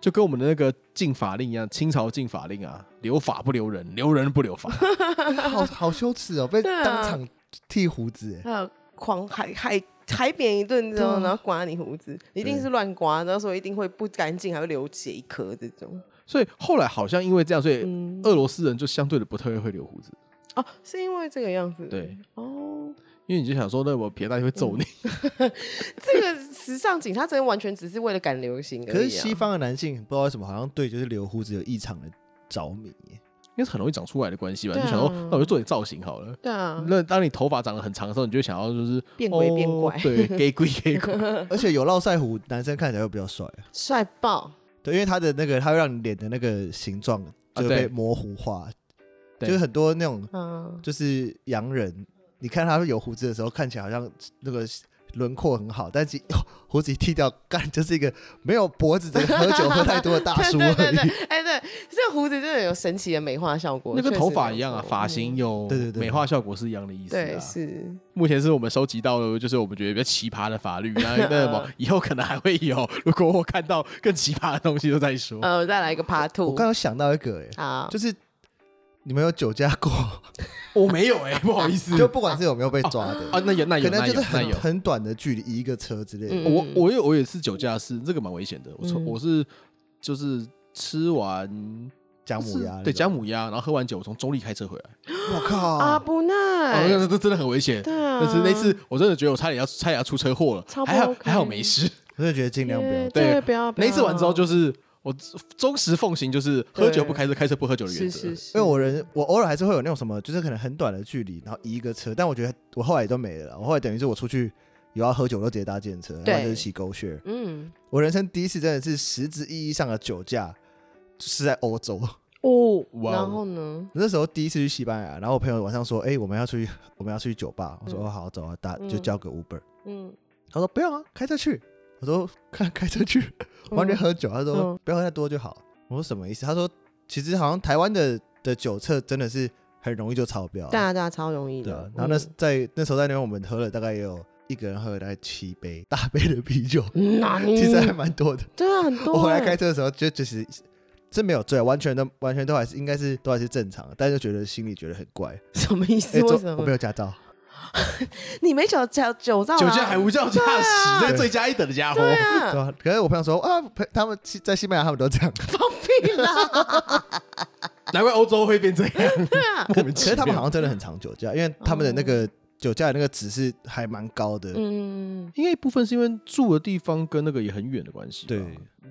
S2: 就跟我们的那个禁法令一样，清朝禁法令啊，留法不留人，留人不留法。
S1: 好好羞耻哦，被
S3: 对啊哎
S1: 当场剃胡子欸，
S3: 还有狂还还海扁一顿之
S1: 对
S3: 后，
S1: 啊
S3: 然后刮你胡子，一定是乱刮，到时候一定会不干净，还会流血一颗这种。
S2: 所以后来好像因为这样，所以
S3: 嗯，
S2: 俄罗斯人就相对的不太会留胡子。
S3: 哦，是因为这个样子。
S2: 对，
S3: 哦，
S2: 因为你就想说，那我撇大就会揍
S3: 嗯
S2: 你。
S3: 这个时尚警察真的完全只是为了赶流行而已啊。
S1: 可是西方的男性不知道为什么，好像对就是留胡子有异常的着迷。
S2: 因为是很容易长出来的关系吧，
S3: 对啊
S2: 就想说，那我就做点造型好了。
S3: 对啊，
S2: 那当你头发长得很长的时候，你就想要就是
S3: 变鬼
S2: 哦
S3: 变怪
S2: 对，给 鬼给鬼。
S1: 而且有络腮胡，男生看起来会比较帅。
S3: 帅爆。
S1: 对，因为他的那个，他会让你脸的那个形状就会
S2: 啊对
S1: 被模糊化，
S2: 对
S1: 就是很多那种
S3: 嗯，
S1: 就是洋人，你看他有胡子的时候，看起来好像那个轮廓很好，但是、胡子一 剃掉，干就是一个没有脖子的喝酒喝太多的大叔而
S3: 对
S1: 已。
S3: 对对，对哎对，这个胡子真的有神奇的美化效果，
S2: 那跟
S3: 确实
S2: 头发
S3: 没
S2: 一样啊，
S3: 错
S2: 发型有
S1: 对对对
S2: 美化效果是一样的意思
S3: 嗯对
S2: 啊。
S3: 是，
S2: 目前是我们收集到的，就是我们觉得比较奇葩的法律，那那什 么以后可能还会有。如果我看到更奇葩的东西，就再说。
S3: 呃，我再来一个 part
S1: 我
S3: two，
S1: 刚刚想到一个、欸，
S3: 好，
S1: 就是你们有酒驾过，
S2: 我没有哎，不好意思。
S1: 就不管是有没有被抓的，
S2: 啊，那有那有
S1: 可
S2: 那
S1: 能就
S2: 有
S1: 是
S2: 那
S1: 很
S2: 有。
S1: 很短的距离，一个车之类的。
S3: 嗯
S2: 我我有我有一次酒驾是这个蛮危险的，我从
S3: 嗯
S2: 我是就是吃完
S1: 姜母鸭那
S2: 是
S1: 种，
S2: 对姜母鸭，然后喝完酒，我从中立开车回来，
S1: 我靠，
S3: 啊不
S2: 哦，
S3: 耐，
S2: 那这真的很危险。
S3: 对啊，
S2: 但是那次我真的觉得我差点要差点要出车祸了，
S3: 超不
S2: 还好
S3: OK
S2: 还好没事。
S1: 我真的觉得尽量不要
S3: 耶
S2: 对
S3: 真的不要，不
S2: 那一次
S3: 要
S2: 完之后，就是我忠实奉行就是喝酒不开车，开车不喝酒的原
S3: 是
S2: 则。
S3: 是是，
S1: 因为我人我偶尔还是会有那种什么，就是可能很短的距离，然后移一个车，但我觉得我后来也都没了啦。我后来等于是我出去有要喝酒，我都直接搭电车，
S3: 对
S1: 然后就是骑狗血。
S3: 嗯
S1: 我人生第一次真的是实质意义上的酒驾，是在欧洲。
S3: 哦，
S2: 哇哦
S3: 然后呢，
S1: 那时候第一次去西班牙，然后我朋友晚上说：“哎、我们要出去，我们要出去酒吧。”我说：“
S3: 嗯
S1: 哦，好，走啊，搭
S3: 嗯
S1: 就叫个 Uber。
S3: 嗯，
S1: 他说：“不用啊，开车去。”我说：“看开车去，
S3: 嗯
S1: 完全喝酒。”啊他说
S3: 嗯：“
S1: 不要喝太多就好。”我说：“什么意思？”他说：“其实好像台湾的的酒测真的是很容易就超标。”啊
S3: 大家大家超容易
S1: 对
S3: 的
S1: 啊，，然后那
S3: 嗯
S1: 时在那时候在那边我们喝了大概也有一个人喝了大概七杯大杯的啤酒，
S3: 哪里
S1: 其实还蛮多的。
S3: 嗯对啊，很多欸。
S1: 我回来开车的时候就就是这没有醉啊，完全都完全都还是应该是都还是正常的，但是就觉得心里觉得很怪。
S3: 什么意
S1: 哎
S3: 思？为
S1: 这
S3: 什
S1: 我没
S3: 么？
S1: 有驾照，
S3: 你没酒驾酒照啊，
S2: 酒驾还无照驾驶，
S1: 对啊
S2: 这罪加一等的家伙。
S3: 对
S1: 对
S3: 啊，
S1: 吧？可是我朋友说啊，朋他们西在西班牙他们都这 样，可
S3: 放屁啦！
S2: 难怪欧洲会变这 样，
S3: 对啊，
S2: 莫名
S1: 可
S2: 其妙。
S1: 是他们好像真的很常酒驾，因为他们的那个酒驾的那个值是还蛮高的。
S3: 嗯，
S2: 应该一部分是因为住的地方跟那个也很远的关系。
S1: 对，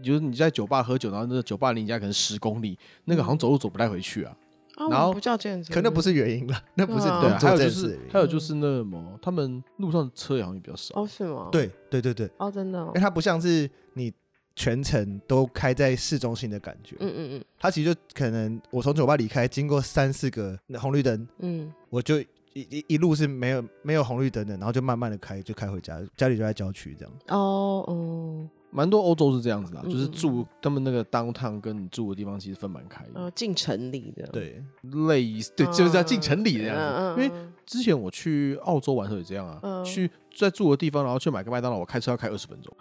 S2: 就是你在酒吧喝酒，然后那个酒吧离你家可能十公里，那个好像走路走不太回去啊。
S3: 啊，
S2: 然后
S3: 我不叫健身，
S1: 可能不是原因了，那不是
S3: 对啊
S1: 你
S2: 对
S1: 们
S2: 啊，
S1: 做
S2: 还有
S1: 这件
S2: 就
S1: 事
S2: 是
S1: 的原因
S2: 还有就是那么，他们路上车好像也比较少。
S3: 哦，是吗？，
S1: 对对对对，
S3: 哦，真的哦
S1: 因为，它不像是你全程都开在市中心的感觉，
S3: 嗯嗯
S1: 它其实就可能我从酒吧离开，经过三四个红绿灯，
S3: 嗯
S1: 我就一一一路是没有没有红绿灯的，然后就慢慢的开，就开回家，家里就在郊区这样。
S3: 嗯，哦哦，
S2: 蛮多欧洲是这样子啦，啊
S3: 嗯
S2: 就是住他们那个 downtown 跟你住的地方其实分蛮开的，
S3: 呃，进城里的，
S1: 对，
S2: 类似对，就是要进城里这样
S3: 嗯嗯
S2: 子。因为
S3: 嗯
S2: 之前我去澳洲玩的时候也这样啊，
S3: 嗯
S2: 去在住的地方，然后去买个麦当劳，我开车要开二十 分钟。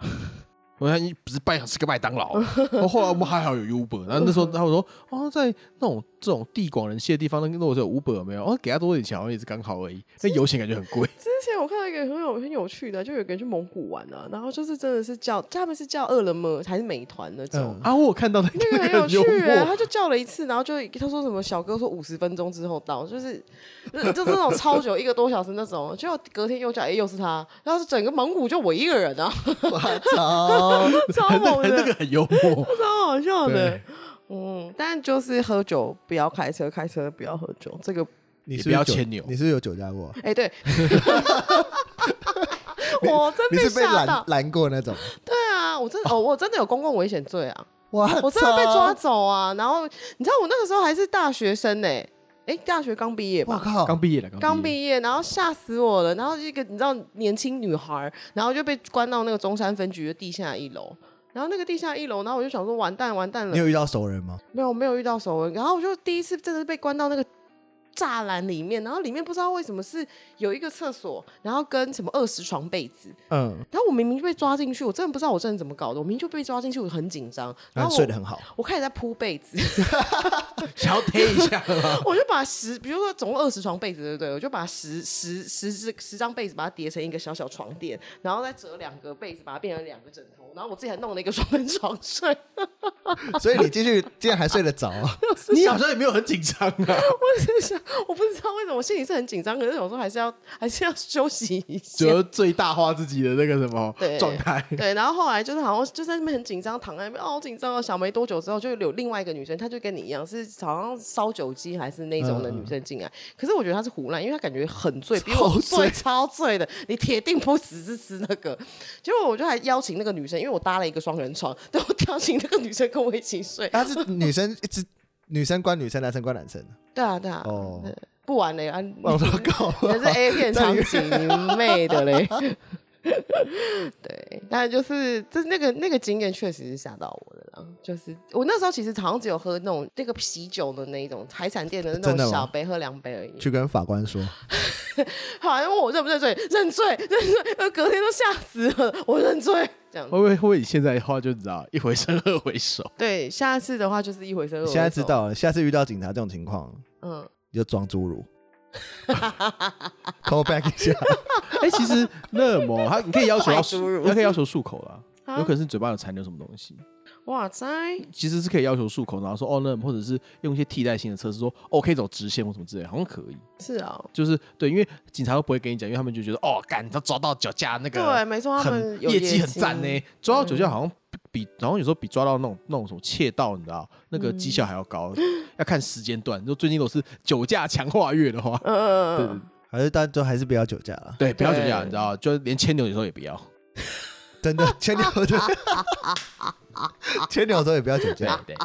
S2: 我想你不是半想吃个麦当劳，啊然后后来我们还好有 Uber，然后 那时候他们说哦，在那种这种地广人稀的地方，那如果是有 Uber 有没有，哦给他多点钱好像也是刚好而已，那油钱感觉很 贵。
S3: 之前我看到一个很有很有趣的，就有一个人去蒙古玩啊，然后就是真的是叫他们是叫饿了么还是美团那种。
S1: 嗯
S2: 啊，我有看到那个
S3: 那个
S2: 那
S3: 很
S2: 个
S3: 有
S2: 很
S3: 趣
S2: 幽
S3: 欸、
S2: 默，
S3: 他就叫了一次，然后就他说什么小哥说五十分钟之后到，就是就是就是那种超久一个多小时那种，结果隔天又叫，哎、又是他，然后是整个蒙古就我一个人 啊，
S1: 我操！
S3: 超猛的，
S2: 那个很幽默。
S3: 超好笑的
S2: 对。
S3: 嗯，但就是喝酒不要开车，开车不要喝酒，这个
S1: 你
S2: 也
S1: 是
S2: 不要
S1: 酒
S2: 牵牛
S1: 你是不是有酒驾过？啊
S3: 哎、对，我真
S1: 你是被
S3: 吓
S1: 拦
S3: 到，
S1: 拦过 那种？
S3: 对啊，我真的哦，我真的有公共危险罪啊，
S1: 哇，
S3: 我真的被抓！走啊。然后你知道我那个时候还是大学生呢、欸，哎、大学刚毕业
S1: 我
S3: 吧。
S1: 靠！
S2: 刚毕业了，
S3: 刚
S2: 业。
S3: 毕业，然后吓死我了。然后一个你知道年轻女孩，然后就被关到那个中山分局的地下一楼。然后那个地下一楼，然后我就想说完蛋完蛋了
S1: 你，有遇到熟人吗？
S3: 没有没有遇到熟人。然后我就第一次真的是被关到那个栅栏里面，然后里面不知道为什么是有一个厕所，然后跟什么二十床被子，
S1: 嗯，
S3: 然后我明明就被抓进去，我真的不知道我真的怎么搞的，我明明就被抓进去，我很紧张，然
S1: 然
S3: 后
S1: 后
S3: 我
S1: 睡得很 好，
S3: 我开始在铺被子，
S2: 想要贴一下了
S3: 我就把十，比如说总共二十床被子，对不对？我就把十十十十十张被子把它叠成一个小小床垫，然后再折两个被子，把它变成两个枕头，然后我自己还弄了一个双人床睡。
S1: 所以你进去竟然还睡得着、啊
S2: 你好像也没有很紧张 啊，
S3: 我在想，我不知道为什么我心里是很紧张，可是有时候还是要还是要休息一下
S2: 只。要最大化自己的那个什么
S3: 对
S2: 状态。
S3: 对，然后后来就是好像就在那边很紧张，躺在那边哦，好紧张哦。想没多久之后，就有另外一个女生，她就跟你一样是好像烧酒鸡还是那种的女生进来，可是我觉得她是胡乱，因为她感觉很醉， 比我
S2: 超
S3: 醉
S2: 醉
S3: 超醉的，你铁定不只是吃那个。结果我就还邀请那个女生，因为我搭了一个双人床， 对我邀请那个女生跟我一起睡。
S1: 他是女生一直女生关女生，男生关男生，
S3: 对啊，对啊，
S1: 哦
S3: 对不玩了啊，你
S1: 我说搞
S3: 你是 A 片场景，你妹的嘞！ 对，但就是这那个那个经验确实是吓到我的啦。就是我那时候其实好像只有喝那种那个啤酒的那一种海产店的那
S1: 真的
S3: 种
S1: 吗
S3: 小杯，喝两杯而已。
S1: 去跟法官说，
S3: 好像问我认不认罪，认罪，认罪，呃，隔天都吓死了，我认罪。这样
S2: 会不会会不会？你现在的话就知道，一回生二回 熟，
S3: 对，下次的话就是一回生。二回
S1: 现在
S3: 熟
S1: 知，道了，下次遇到警察这种情况，
S3: 嗯，
S1: 你就装侏儒，call back 一下，
S2: 哎、其实乐某他你可以要求要
S3: 坏侏儒
S2: 他可以要求漱口啦，
S3: 啊
S2: 有可能是嘴巴有残留什么东西，
S3: 哇塞，
S2: 其实是可以要求漱口，然后说哦那或者是用一些替代性的测试，说哦我可以走直线或什么之类的，好像可以。
S3: 是啊，
S2: 就是对，因为警察都不会跟你讲，因为他们就觉得哦，干，你知道抓到酒驾那
S3: 对，
S2: 个
S3: 没错，他们
S2: 很
S3: 有
S2: 业绩很
S3: 绩嗯
S2: 赞呢，抓到酒驾好像比，然后有时候比抓到那种那种什么窃盗，你知道那个绩效还要高，
S3: 嗯
S2: 要看时间段。就最近都是酒驾强化月的话，
S3: 嗯嗯嗯嗯，
S1: 还是大家都还是不要酒驾了，
S2: 对，不要酒驾，
S3: 对
S2: 你知道，就连牵牛有时候也不要。
S1: 真的，牵牛的， 牵牛的时候也不要酒
S2: 对
S1: 驾，
S2: 对，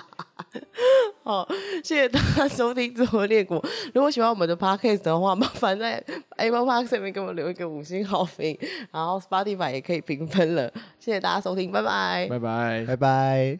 S3: 好，哦谢谢大家收听《自我列国》。如果喜欢我们的 podcast 的话，麻烦在 Apple Park 上面给我们留一个五星好评，然后 Spotify 也可以评分了。谢谢大家收听，拜拜。
S2: 拜拜。
S1: 拜拜。